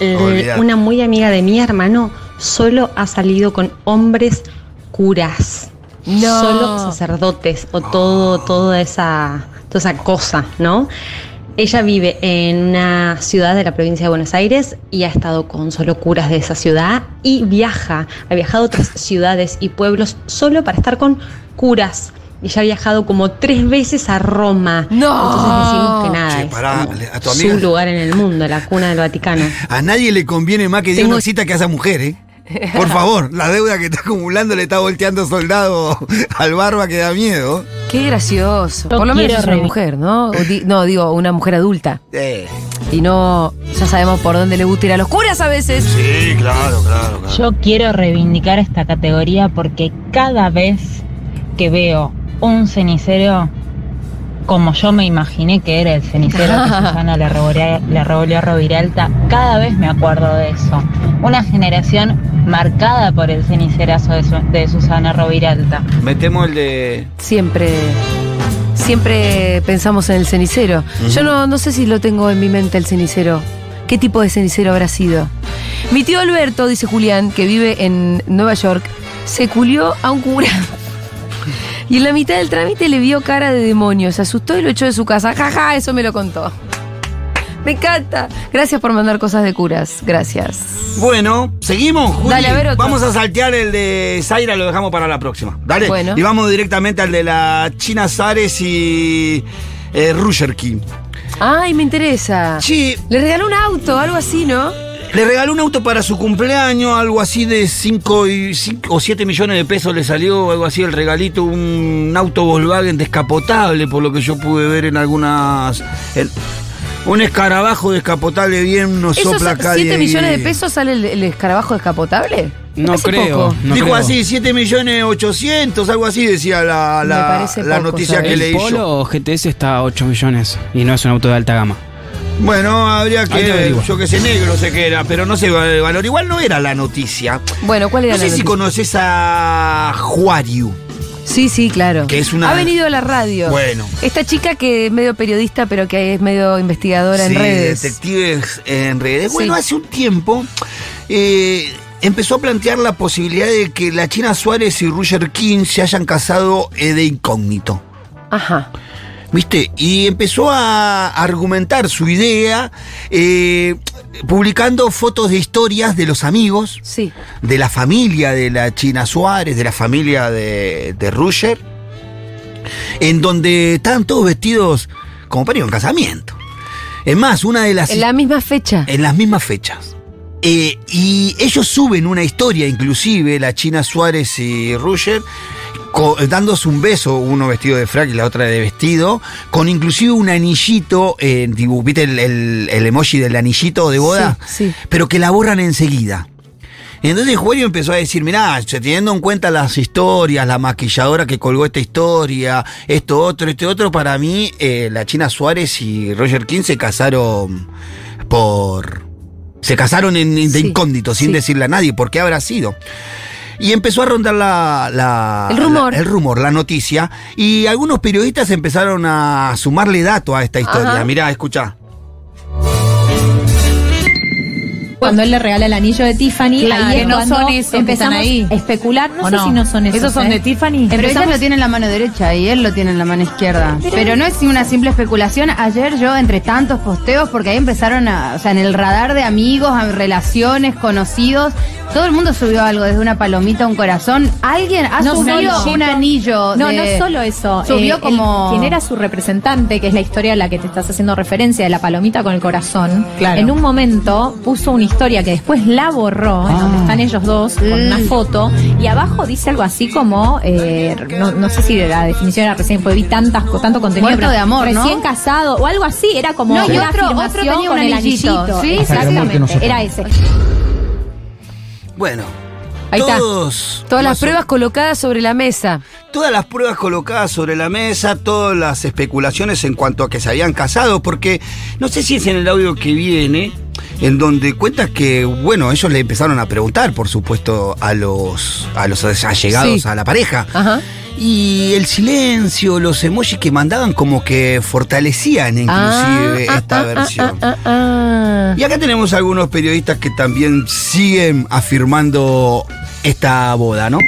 S17: Eh,
S3: Olvidate.
S17: una muy amiga de mi hermano solo ha salido con hombres curas.
S2: No.
S10: Ah.
S17: Solo sacerdotes o
S3: Ah.
S17: todo, toda esa, toda esa cosa, ¿no? Ella vive en una ciudad de la provincia de Buenos Aires y ha estado con solo curas de esa ciudad y viaja, ha viajado a otras ciudades y pueblos solo para estar con curas. y ya ha viajado como tres veces a Roma. Entonces decimos que nada,
S3: Che,
S17: es
S3: pará,
S17: como
S3: le- a tu
S17: su
S3: amiga-
S17: lugar en el mundo, la cuna del Vaticano.
S3: A nadie le conviene más que Dios
S17: Tengo-
S3: no exista que a esa mujer, ¿eh? Por favor, la deuda que está acumulando le está volteando soldado al barba que da miedo.
S2: Qué gracioso.
S3: No
S2: Por lo menos
S3: quiero
S2: es una
S3: revi-
S2: mujer, ¿no? O di- no, digo, una mujer adulta.
S3: Eh.
S2: Y no, ya sabemos por dónde le gusta ir a los curas a veces.
S3: Sí, claro, claro,
S12: Yo quiero reivindicar esta categoría porque cada vez que veo un cenicero, como yo me imaginé que era el cenicero que Susana le revolea- le revolvió a Roviralta, cada vez me acuerdo de eso. Una generación marcada por el cenicerazo de, Su- de Susana Roviralta.
S3: Metemos el de.
S2: Siempre, siempre pensamos en el cenicero.
S3: Ujú.
S2: Yo no, no sé si lo tengo en mi mente el cenicero. ¿Qué tipo de cenicero habrá sido? Mi tío Alberto, dice Julián, que vive en Nueva York, se culió a un cura. Y en la mitad del trámite le vio cara de demonio, se asustó y lo echó de su casa. Jaja, eso me lo contó. Me encanta. Gracias por mandar cosas de curas. Gracias.
S3: Bueno, seguimos, Juli.
S2: Dale, a ver otro.
S3: Vamos a saltear el de Zaira, lo dejamos para la próxima. Dale.
S2: Bueno.
S3: Y vamos directamente al de la China Zares y eh, Rusher King.
S2: Ay, me interesa.
S3: Sí.
S2: Le regaló un auto, algo así, ¿no?
S3: Le regaló un auto para su cumpleaños, algo así de 5 o 7 millones de pesos le salió, algo así el regalito, un auto Volkswagen descapotable, por lo que yo pude ver en algunas... en- un escarabajo descapotable bien, nos
S2: ¿Esos
S3: sopla calle.
S2: 7
S3: y-
S2: millones de pesos sale el, el escarabajo descapotable? Me
S3: No
S2: parece
S3: creo.
S2: poco.
S3: Dijo así, 7 millones 800, algo así decía la, la-
S2: Me parece
S3: la
S2: poco,
S3: noticia que
S14: el
S3: leí
S14: Polo
S3: yo.
S14: GTS está a 8 millones y no es un auto de alta gama.
S3: Bueno, habría que
S14: Ahí te
S3: ver,
S14: averiguo.
S3: yo que sé, negro sé que era, pero no sé el valor. Igual no era la noticia.
S2: Bueno, ¿cuál era
S3: No
S2: la
S3: sé si
S2: noticia?
S3: conoces a Juariu.
S2: Sí, sí, claro.
S3: Que es una-
S2: Ha venido a la radio.
S3: Bueno.
S2: Esta chica que es medio periodista, pero que es medio investigadora
S3: Sí,
S2: en redes.
S3: detectives en redes.
S2: Sí.
S3: Bueno, hace un tiempo eh, empezó a plantear la posibilidad de que la China Suárez y Roger King se hayan casado eh, de incógnito.
S2: Ajá.
S3: ¿Viste? Y empezó a argumentar su idea eh, publicando fotos de historias de los amigos, de la familia de la China Suárez, de la familia de, de Ruger, en donde estaban todos vestidos como para ir a un casamiento. Es más, una de las...
S2: En la misma fecha.
S3: En las mismas fechas. Eh, y ellos suben una historia, inclusive, la China Suárez y Ruger, co- dándose un beso, uno vestido de frac y la otra de vestido, con inclusive un anillito, eh, dibu- ¿viste el, el- el emoji del anillito de boda?
S2: Sí, sí.
S3: Pero que la borran enseguida. Entonces Juario empezó a decir, mirá, se- teniendo en cuenta las historias, la maquilladora que colgó esta historia, esto otro, este otro, para mí eh, la China Suárez y Roger King se casaron por... Se casaron en, en- de incógnito, sin decirle a nadie, ¿por qué habrá sido? Y empezó a rondar la, la-
S2: El rumor.
S3: la- el rumor, la noticia, y algunos periodistas empezaron a sumarle datos a esta historia.
S18: Ajá.
S3: Mirá, escuchá.
S18: Cuando él le regala el anillo de Tiffany,
S19: Claro.
S18: ahí es
S19: Que no
S18: cuando
S19: son esos que
S18: empezamos
S19: están ahí.
S18: a especular. No
S19: ¿O
S18: sé
S19: no?
S18: si no son esos.
S19: ¿Esos son
S18: ¿eh?
S19: de Tiffany?
S18: Pero ella lo
S19: tiene en la mano derecha y él lo tiene en la mano izquierda.
S18: Pero-
S19: Pero no es una simple especulación. Ayer yo, entre tantos posteos, porque ahí empezaron a, o sea, en el radar de amigos, a- relaciones, conocidos, todo el mundo subió algo, desde una palomita a un corazón. Alguien ha
S18: No
S19: subido
S18: solo-
S19: un anillo.
S18: No,
S19: de-
S18: no solo eso.
S19: Subió
S18: Eh, el-
S19: como.
S18: Quien era su representante, que es la historia a la que te estás haciendo referencia, de la palomita con el corazón.
S19: Claro.
S18: En un momento puso una historia que después la borró, en
S19: Ah.
S18: donde están ellos dos, con una
S19: Mm.
S18: foto, y abajo dice algo así como, eh, no, no sé si la definición era recién, porque vi tantas, tanto contenido.
S19: Muerto
S18: pero
S19: de amor, ¿no?
S18: Recién casado, o algo así, era como
S19: No, y
S18: una
S19: otro- otro
S18: afirmación
S19: tenía un
S18: con el
S19: anillito.
S18: anillito.
S19: Sí,
S18: Exactamente,
S19: Hasta que la muerte nos separe.
S18: era ese.
S3: Bueno,
S2: Ahí está.
S3: todos...
S2: Todas las
S3: más o-
S2: pruebas colocadas sobre la mesa.
S3: Todas las pruebas colocadas sobre la mesa, todas las especulaciones en cuanto a que se habían casado, porque no sé si es en el audio que viene, en donde cuentas que, bueno, ellos le empezaron a preguntar, por supuesto, a los, a los allegados
S1: Sí.
S3: a la pareja. Y el silencio, los emojis que mandaban como que fortalecían inclusive
S2: Ah,
S3: esta
S2: ah, ah,
S3: versión.
S2: ah, ah, ah.
S3: Y acá tenemos algunos periodistas que también siguen afirmando esta boda, ¿no?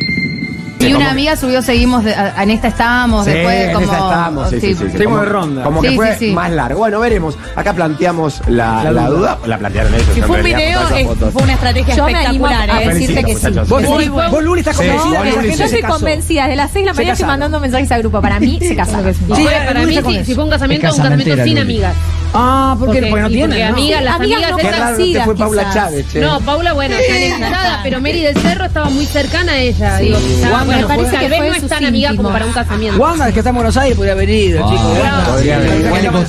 S19: Y
S20: como
S19: una amiga subió, seguimos, de- a- en esta estábamos,
S20: Sí,
S19: después
S20: en
S19: como...
S20: esa estábamos, sí, sí, sí, sí.
S19: Como-
S20: Como- Como que
S19: Sí,
S20: fue
S19: sí, sí.
S20: más largo. Bueno, veremos. Acá planteamos la,
S21: La
S20: la
S21: duda.
S20: duda. La plantearon ellos.
S21: Si
S20: en
S21: fue un
S20: realidad,
S21: video,
S20: con todas esas
S21: es-
S20: fotos.
S21: fue una estrategia
S18: Yo me animo
S21: espectacular,
S18: a
S20: Ah,
S18: eh, decirte
S20: felicito,
S18: que sí.
S20: muchachos. Vos,
S18: Sí,
S20: Luli,
S18: fue-
S20: vos, Luli, estás
S18: Sí,
S20: convencida.
S18: sí,
S20: Vos,
S18: Yo
S20: Luli, se
S18: estoy
S20: casó.
S18: convencida, desde las 6 de la
S20: Se
S18: mañana estoy
S20: casaron.
S18: mandando mensajes al grupo. Para mí se casaron.
S20: Sí,
S18: para mí sí. Si fue un
S20: casamiento, Es un casamiento casamentera, sin Luli. amigas.
S18: Ah,
S20: ¿por qué? Porque no
S18: y
S20: tienen,
S18: porque
S20: ¿no?
S18: Amigas, las
S20: Amigas
S18: amigas
S20: no
S18: están
S20: Qué raro,
S18: nacidas,
S20: te fue Paula
S18: quizás.
S20: Chávez, che.
S22: No, Paula, bueno, está encantada, pero Mary del Cerro estaba muy cercana a ella.
S18: Sí.
S22: Digo, quizá,
S18: Wanda
S22: bueno,
S18: no
S22: parece
S18: fue.
S22: que tal vez
S18: Fue
S22: no es
S18: sus
S22: tan amiga como
S18: íntimos.
S22: para un casamiento.
S3: Wanda, el que está en Buenos Aires, podría haber
S18: Ah,
S3: ido, chicos.
S20: podría haber ido.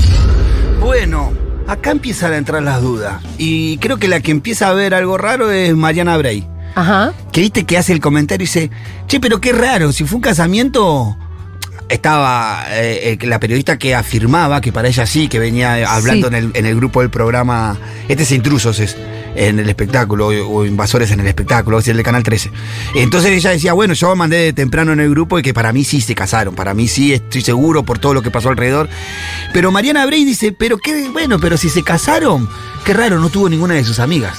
S3: Bueno, acá empiezan a entrar las dudas. Y creo que la que empieza a ver algo raro es Mariana Bray.
S2: Ajá.
S3: Que viste que hace el comentario y dice, che, pero qué raro, si fue un casamiento... Estaba eh, eh, la periodista que afirmaba que para ella sí, que venía hablando
S2: Sí.
S3: en, el, en el grupo del programa, este es Intrusos, es en el espectáculo, o, o Invasores en el espectáculo, es el de Canal 13. Entonces ella decía, bueno, yo mandé de temprano en el grupo y que para mí sí se casaron, para mí sí estoy seguro por todo lo que pasó alrededor. Pero Mariana Bray dice, pero qué, bueno, pero si se casaron, qué raro, no tuvo ninguna de sus amigas.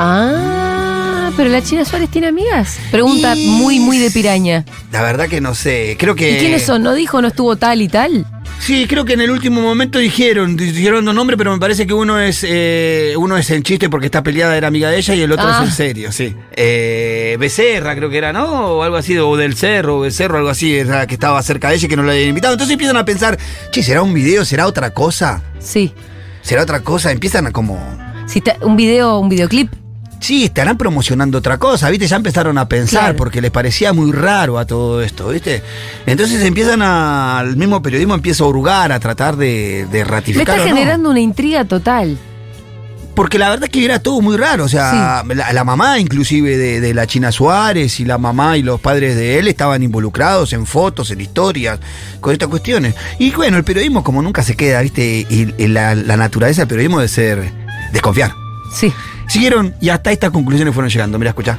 S2: Ah, pero la China Suárez tiene amigas. Pregunta muy, muy de piraña.
S3: La verdad que no sé, creo que...
S2: ¿Y quiénes son? ¿No dijo no estuvo tal y tal?
S3: Sí, creo que en el último momento dijeron, dijeron dos nombres, pero me parece que uno es eh, uno es en chiste porque está peleada, era amiga de ella, y el otro
S2: Ah.
S3: es en serio, sí. Eh, Becerra creo que era, ¿no? O algo así, o del Cerro, Becerro, algo así, era que estaba cerca de ella y que no la habían invitado. Entonces empiezan a pensar, che, ¿será un video? ¿Será otra cosa?
S2: Sí.
S3: ¿Será otra cosa? Empiezan a como...
S2: Si ta- un video, un videoclip.
S3: Sí, estarán promocionando otra cosa, ¿viste? Ya empezaron a pensar
S2: Claro.
S3: porque les parecía muy raro a todo esto, ¿viste? Entonces empiezan a... El mismo periodismo empieza a hurgar, a tratar de, de
S2: Me
S3: ratificar
S2: está
S3: o no.
S2: generando una intriga total.
S3: Porque la verdad es que era todo muy raro. O sea, la, la mamá inclusive de, de la China Suárez y la mamá y los padres de él estaban involucrados en fotos, en historias, con estas cuestiones. Y bueno, el periodismo como nunca se queda, ¿viste? Y, y la, la naturaleza del periodismo de ser desconfiar.
S2: Sí.
S3: Siguieron y hasta estas conclusiones fueron llegando. Mira, escuchá.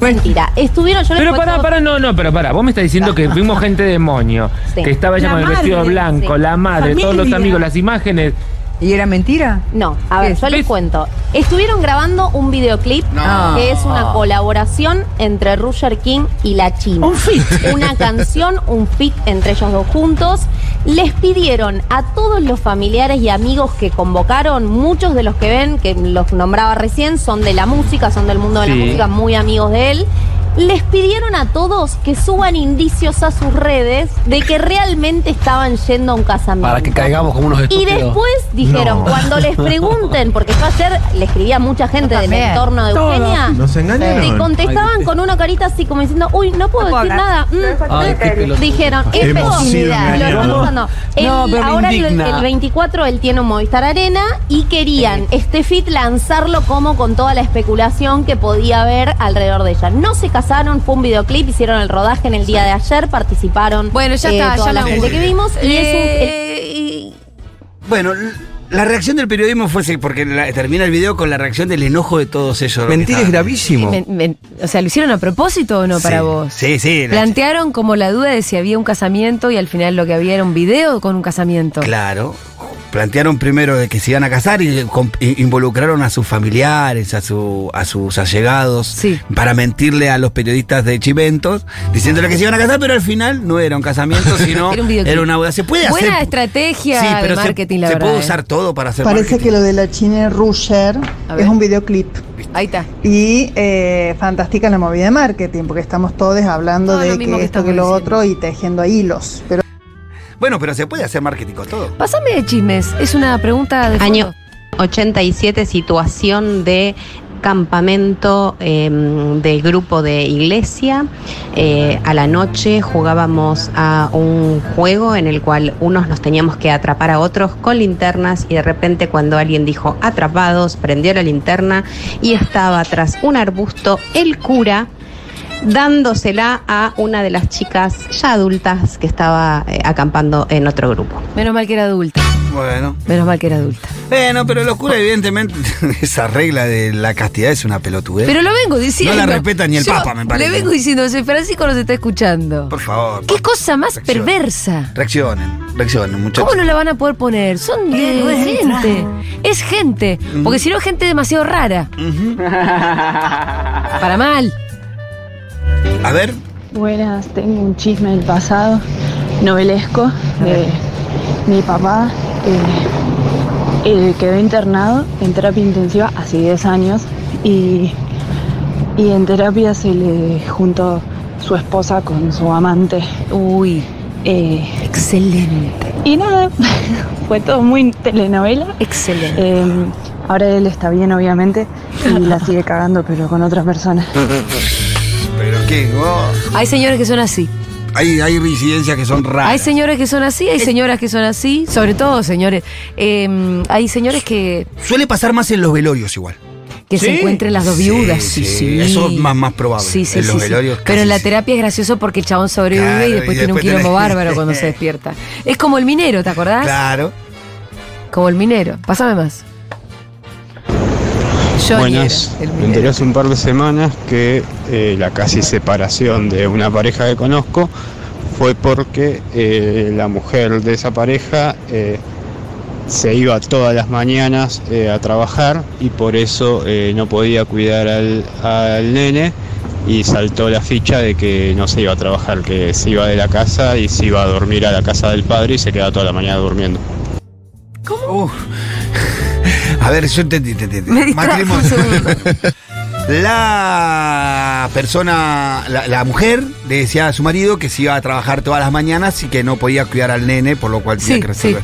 S10: Mentira. Estuvieron, yo les
S9: Pero
S10: cuento-
S9: pará, pará, no, no, pero pará. Vos me estás diciendo que vimos gente demonio,
S10: Sí.
S9: que estaba ella
S10: La
S9: con el vestido
S10: madre,
S9: blanco,
S10: sí.
S9: la madre, todos los
S10: Familia.
S9: amigos, las imágenes.
S8: ¿Y era mentira?
S10: No, a ver, yo les cuento. Estuvieron grabando un videoclip
S8: No.
S10: que es una
S8: Ah.
S10: colaboración entre Roger King y la China.
S23: Un feat.
S10: Una canción, un fit entre ellos dos juntos. Les pidieron a todos los familiares y amigos que convocaron, muchos de los que ven, que los nombraba recién, son de la música, son del mundo de
S23: Sí.
S10: la música, muy amigos de él. Les pidieron a todos que suban indicios a sus redes de que realmente estaban yendo a un casamiento.
S20: Para que caigamos como unos
S10: Y
S20: estúpidos.
S10: después dijeron,
S20: No.
S10: cuando les pregunten, porque yo ayer le escribí a mucha gente del entorno de
S20: Todas.
S10: Eugenia,
S20: Nos engañaron.
S10: y contestaban con una carita así como diciendo, uy, no puedo decir nada. mm,
S18: ah,
S20: Ay,
S10: mm".
S20: qué pelotudo.
S10: dijeron,
S20: Qué
S10: "Efe,
S20: hemos sido
S10: lo
S20: engañados.
S10: estamos usando". El-
S20: No, pero me
S10: Ahora el,
S20: indigna.
S10: el 24 él tiene un Movistar Arena y querían este fit lanzarlo como con toda la especulación que podía haber alrededor de ella. No se casaron, fue un videoclip, hicieron el rodaje en el día de ayer, participaron.
S2: Bueno, ya
S10: eh,
S2: está,
S10: toda
S2: ya
S10: la
S2: la Eh,
S10: gente que vimos y es un- eh, el-
S3: Bueno, l- la reacción del periodismo fue ese, porque la- termina el video con la reacción del enojo de todos ellos.
S20: Mentira, es gravísimo.
S2: Me- me- o sea, ¿lo hicieron a propósito o no para
S3: Sí,
S2: vos?
S3: Sí, sí. la-
S2: Plantearon como la duda de si había un casamiento y al final lo que había era un video con un casamiento.
S3: Claro. Plantearon primero de que se iban a casar y com- i- involucraron a sus familiares, a, su, a sus allegados, para mentirle a los periodistas de Chiventos, diciéndole que se iban a casar, pero al final no era un casamiento, sino
S2: Era
S3: era,
S2: un videoclip.
S3: una boda. Se puede
S2: Buena
S3: hacer.
S2: estrategia
S3: Sí, pero
S2: de
S3: se-
S2: marketing,
S3: se,
S2: la verdad.
S3: puede
S2: ¿eh?
S3: usar todo para hacer
S24: Parece
S3: marketing.
S24: que lo de la Chine Rusher
S2: ver.
S24: es un videoclip.
S2: Ahí está.
S24: Y eh, fantástica la movida de marketing, porque estamos todos hablando
S2: Todo
S24: de
S2: lo
S24: que,
S2: mismo que
S24: esto que lo otro y tejiendo hilos. Pero
S3: Bueno, pero se puede hacer marketing con todo.
S2: Pásame de chismes. Es una pregunta de
S23: Año 87, situación de campamento eh, de grupo de iglesia. Eh, a la noche jugábamos a un juego en el cual unos nos teníamos que atrapar a otros con linternas y de repente cuando alguien dijo atrapados, prendió la linterna y estaba tras un arbusto el cura dándosela a una de las chicas ya adultas que estaba eh, acampando en otro grupo.
S2: Menos mal que era adulta.
S3: Bueno.
S2: Menos mal que era adulta.
S3: Bueno, pero los curas, evidentemente, esa regla de la castidad es una pelotudez.
S2: Pero lo vengo diciendo.
S3: No la respeta ni el
S2: Yo
S3: Papa, me parece.
S2: Le vengo diciendo, si Francisco nos está escuchando.
S3: Por favor,
S2: ¿Qué cosa más
S3: Reacciona.
S2: perversa?
S3: reaccionen. reaccionen, muchachos.
S2: ¿Cómo no la van a poder poner? Son de
S4: Entra.
S2: gente. Es gente. Porque si no, es gente demasiado rara. Para mal.
S3: A ver.
S5: Buenas, tengo un chisme del pasado, novelesco, de mi papá, eh, él quedó internado en terapia intensiva hace 10 años y, y en terapia se le juntó su esposa con su amante. Uy,
S2: excelente.
S5: Y nada, fue todo muy telenovela. Eh,
S2: Excelente.
S5: ahora él está bien, obviamente, y la sigue cagando, pero con otra persona.
S3: Pero qué, oh.
S2: Hay señores que son así.
S3: hay, hay residencias que son raras.
S2: Hay señores que son así, hay señoras que son así. Sobre todo, señores. Eh, hay señores que,
S3: Suele pasar más en los velorios igual.
S2: que se
S3: ¿Sí?
S2: encuentren las dos
S3: Sí,
S2: viudas. Sí, sí.
S3: Eso es más, más probable.
S2: Sí, sí,
S3: en los
S2: sí, sí.
S3: velorios
S2: Pero en la terapia es gracioso porque el chabón sobrevive
S3: Claro,
S2: y después
S3: y
S2: tiene un
S3: después tenés-
S2: quilombo bárbaro cuando se despierta. Es como el minero, ¿te
S7: Ah,
S2: acordás?
S3: Claro.
S2: Como el minero. Pásame más. Johnny
S7: Buenas,
S2: era el minero.
S7: enteré hace un par de semanas que eh, la casi separación de una pareja que conozco fue porque eh, la mujer de esa pareja eh, se iba todas las mañanas eh, a trabajar y por eso eh, no podía cuidar al, al nene y saltó la ficha de que no se iba a trabajar, que se iba de la casa y se iba a dormir a la casa del padre y se quedaba toda la mañana durmiendo.
S3: Uf. A ver, yo entendí, te entendí.
S7: Me distrajo
S3: Matrimonio.
S7: un segundo.
S3: La persona, la, la mujer, le decía a su marido que se iba a trabajar todas las mañanas y que no podía cuidar al nene, por lo cual tenía
S2: Sí,
S3: que resolver.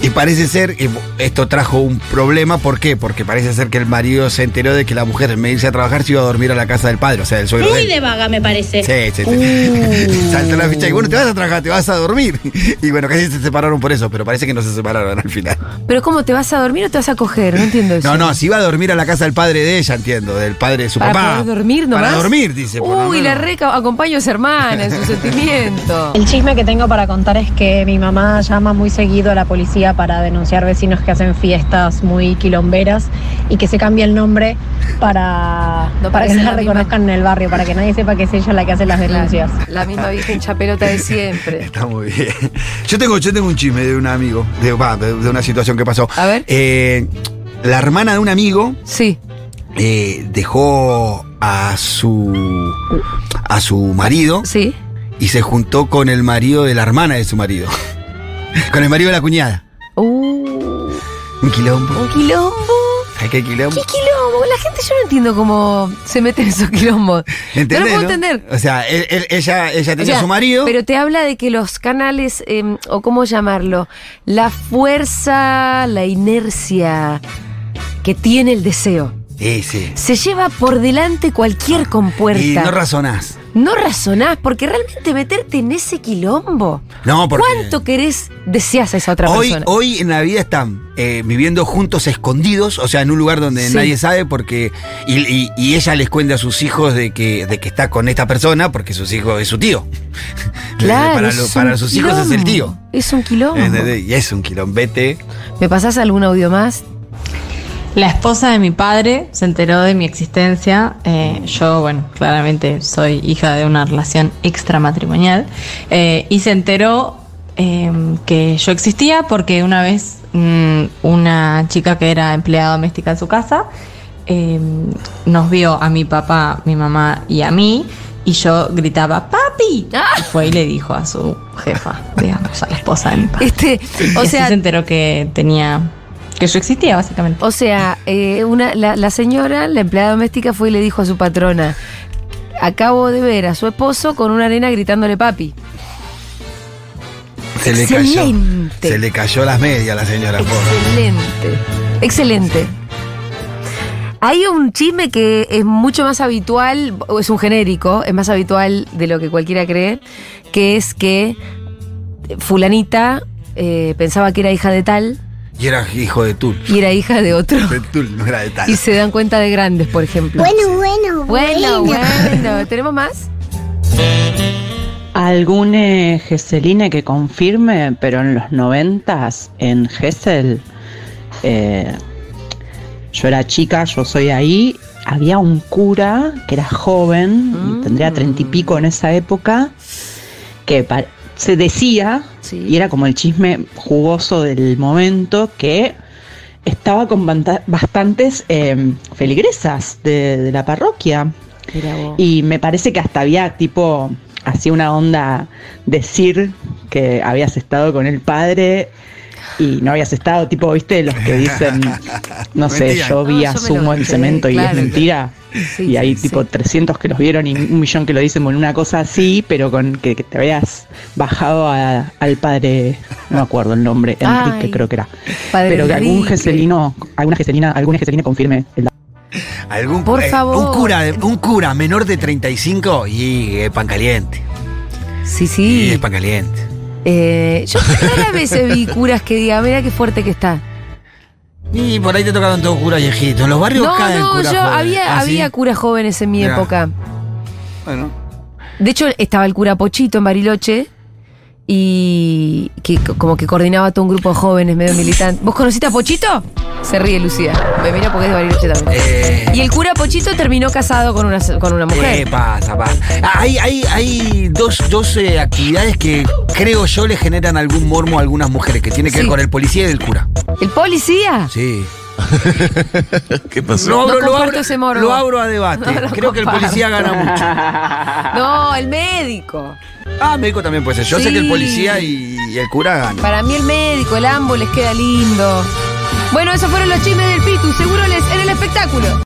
S3: Y parece ser, y esto trajo un problema, ¿por qué? Porque parece ser que el marido se enteró de que la mujer, en vez de irse a trabajar, se iba a dormir a la casa del padre, o sea, del suegro. de
S22: Muy
S3: él.
S22: de vaga, me parece. Uh.
S3: Sí, sí, sí. Saltó la ficha y bueno, te vas a trabajar, te vas a dormir. Y bueno, casi se separaron por eso, pero parece que no se separaron al final.
S2: Pero ¿cómo te vas a dormir o te vas a coger? No entiendo eso.
S3: No, no, se iba a dormir a la casa del padre de ella, entiendo, del padre de su
S2: Para
S3: papá.
S2: poder dormir nomás.
S3: Para dormir, dice. por lo
S2: Uy, la
S3: menos.
S2: reca acompaño a su hermana en su sentimiento.
S17: El chisme que tengo para contar es que mi mamá llama muy seguido a la policía para denunciar vecinos que hacen fiestas muy quilomberas y que se cambie el nombre para, para que
S2: parece
S17: no la
S2: la misma.
S17: reconozcan en el barrio, para que nadie sepa que es ella la que hace las denuncias.
S2: La misma virgen chapelota de siempre.
S3: Está muy bien. Yo tengo, yo tengo un chisme de un amigo, de, va, de- de una situación que pasó.
S2: A ver.
S3: Eh, la hermana de un amigo. eh,
S2: Sí.
S3: dejó a su. a su marido.
S2: Sí.
S3: Y se juntó con el marido de la hermana de su marido. con el marido de la cuñada. Un quilombo.
S2: Uh, Un quilombo.
S3: ¿Sabés qué quilombo?
S2: ¿Qué quilombo? La gente, yo no entiendo cómo se meten esos quilombos.
S3: ¿Entendés,
S2: no lo puedo
S3: no?
S2: entender.
S3: O sea, él- él- ella, ella tenía
S2: O sea,
S3: a su marido.
S2: Pero te habla de que los canales, eh, o cómo llamarlo, la fuerza, la inercia que tiene el deseo.
S3: Sí, sí.
S2: Se lleva por delante cualquier compuerta.
S3: Y no razonás.
S2: No razonás, porque realmente meterte en ese quilombo.
S3: No, porque-
S2: ¿Cuánto querés, deseas a esa otra
S3: Hoy,
S2: persona?
S3: hoy en la vida están eh, viviendo juntos escondidos, o sea, en un lugar donde
S2: Sí.
S3: nadie sabe porque. Y, y- y ella les cuenta a sus hijos de que, de que está con esta persona porque sus hijos es su tío.
S2: Claro,
S3: para, lo-
S2: es
S3: para
S2: un
S3: sus hijos es el tío.
S2: quilombo, Es un quilombo.
S3: ¿Entendés? Y es un quilombete.
S2: ¿Me pasás algún audio más?
S21: La esposa de mi padre se enteró de mi existencia. Eh, yo, bueno, claramente soy hija de una relación extramatrimonial. Eh, y se enteró eh, que yo existía porque una vez mm, una chica que era empleada doméstica en su casa eh, nos vio a mi papá, mi mamá y a mí. Y yo gritaba, ¡Papi!
S2: Ah.
S21: Y fue y le dijo a su jefa, digamos, a la esposa de mi padre.
S2: Este,
S21: Y
S2: o
S21: así
S2: sea-
S21: se enteró que tenía. que yo existía, básicamente.
S2: O sea, eh, una, la, la señora, la empleada doméstica, fue y le dijo a su patrona: Acabo de ver a su esposo con una nena gritándole papi.
S3: Se le
S2: Excelente.
S3: cayó. Se le cayó las medias a la señora. pobre.
S2: Excelente. Excelente. Hay un chisme que es mucho más habitual, o es un genérico, es más habitual de lo que cualquiera cree, que es que fulanita eh, pensaba que era hija de tal
S3: Y era hijo de Tul.
S2: y era hija de otro.
S3: De Tul, no era de tal.
S2: Y se dan cuenta de grandes, por ejemplo.
S4: bueno,
S2: Bueno, bueno, ¿tenemos más?
S25: ¿Algún eh, Gesseline que confirme, pero en los noventas, en Gessel, eh, yo era chica, yo soy ahí, había un cura que era joven, y tendría treinta y pico en esa época, que pa- se decía, y era como el chisme jugoso del momento, que estaba con banta- bastantes eh, feligresas de, de la parroquia. Y me parece que hasta había tipo, hacía una onda decir que habías estado con el padre y no habías estado, tipo, viste, los que dicen, no sé,
S24: Mentira.
S25: yo vi
S24: No, yo
S2: Ah,
S24: me
S25: asumo
S24: lo
S25: el
S24: creí,
S25: cemento y es
S24: claro,
S25: mentira. y hay tipo 300 que los vieron y un millón que lo dicen con una cosa así, pero con que, que te habías bajado a- al padre, no me acuerdo el nombre, Enrique
S2: Ay,
S25: creo que era.
S2: padre
S25: pero que algún
S2: Enrique.
S25: geselino, alguna geselina, alguna geselina confirme el
S3: Algún,
S2: Por
S3: eh,
S2: favor.
S3: Un cura, de- un cura menor de 35 y eh, pan caliente.
S2: Sí, sí.
S3: Y es pan caliente.
S2: Eh, yo rara vez vi curas que diga, mira qué fuerte que está.
S3: Y por ahí te tocaron todos curas viejitos. En los barrios
S2: No,
S3: caen
S2: no, yo
S3: curas jóvenes.
S2: había,
S3: ¿Ah, sí?
S2: había curas jóvenes en mi
S3: Mirá.
S2: época.
S3: Bueno.
S2: De hecho, estaba el cura Pochito en Bariloche y que co- como que coordinaba todo un grupo de jóvenes medio militantes. ¿Vos conociste a Pochito? Se ríe Lucía. Me mira porque es de Bariloche también. Y el cura Pochito terminó casado con una, con una mujer.
S3: Eh, pasa, pasa. Ah, Hay, hay, hay dos, dos, eh, actividades que creo yo le generan algún mormo a algunas mujeres, que tiene que ver
S2: Sí.
S3: con el policía y el cura.
S2: ¿El policía?
S3: Sí.
S1: ¿Qué
S3: Lo abro,
S2: no
S3: lo
S2: comparto
S3: abro,
S2: ese morbo.
S3: lo abro a debate.
S2: No lo
S3: creo que el policía
S2: comparto.
S3: gana mucho.
S2: No, el médico.
S3: Ah, médico también puede ser. Yo sé que el
S2: Sí.
S3: policía y, y el cura ganan.
S2: Para mí el médico, el ambo les queda lindo. Bueno, esos fueron los chismes del Pitu. Seguro les en el espectáculo.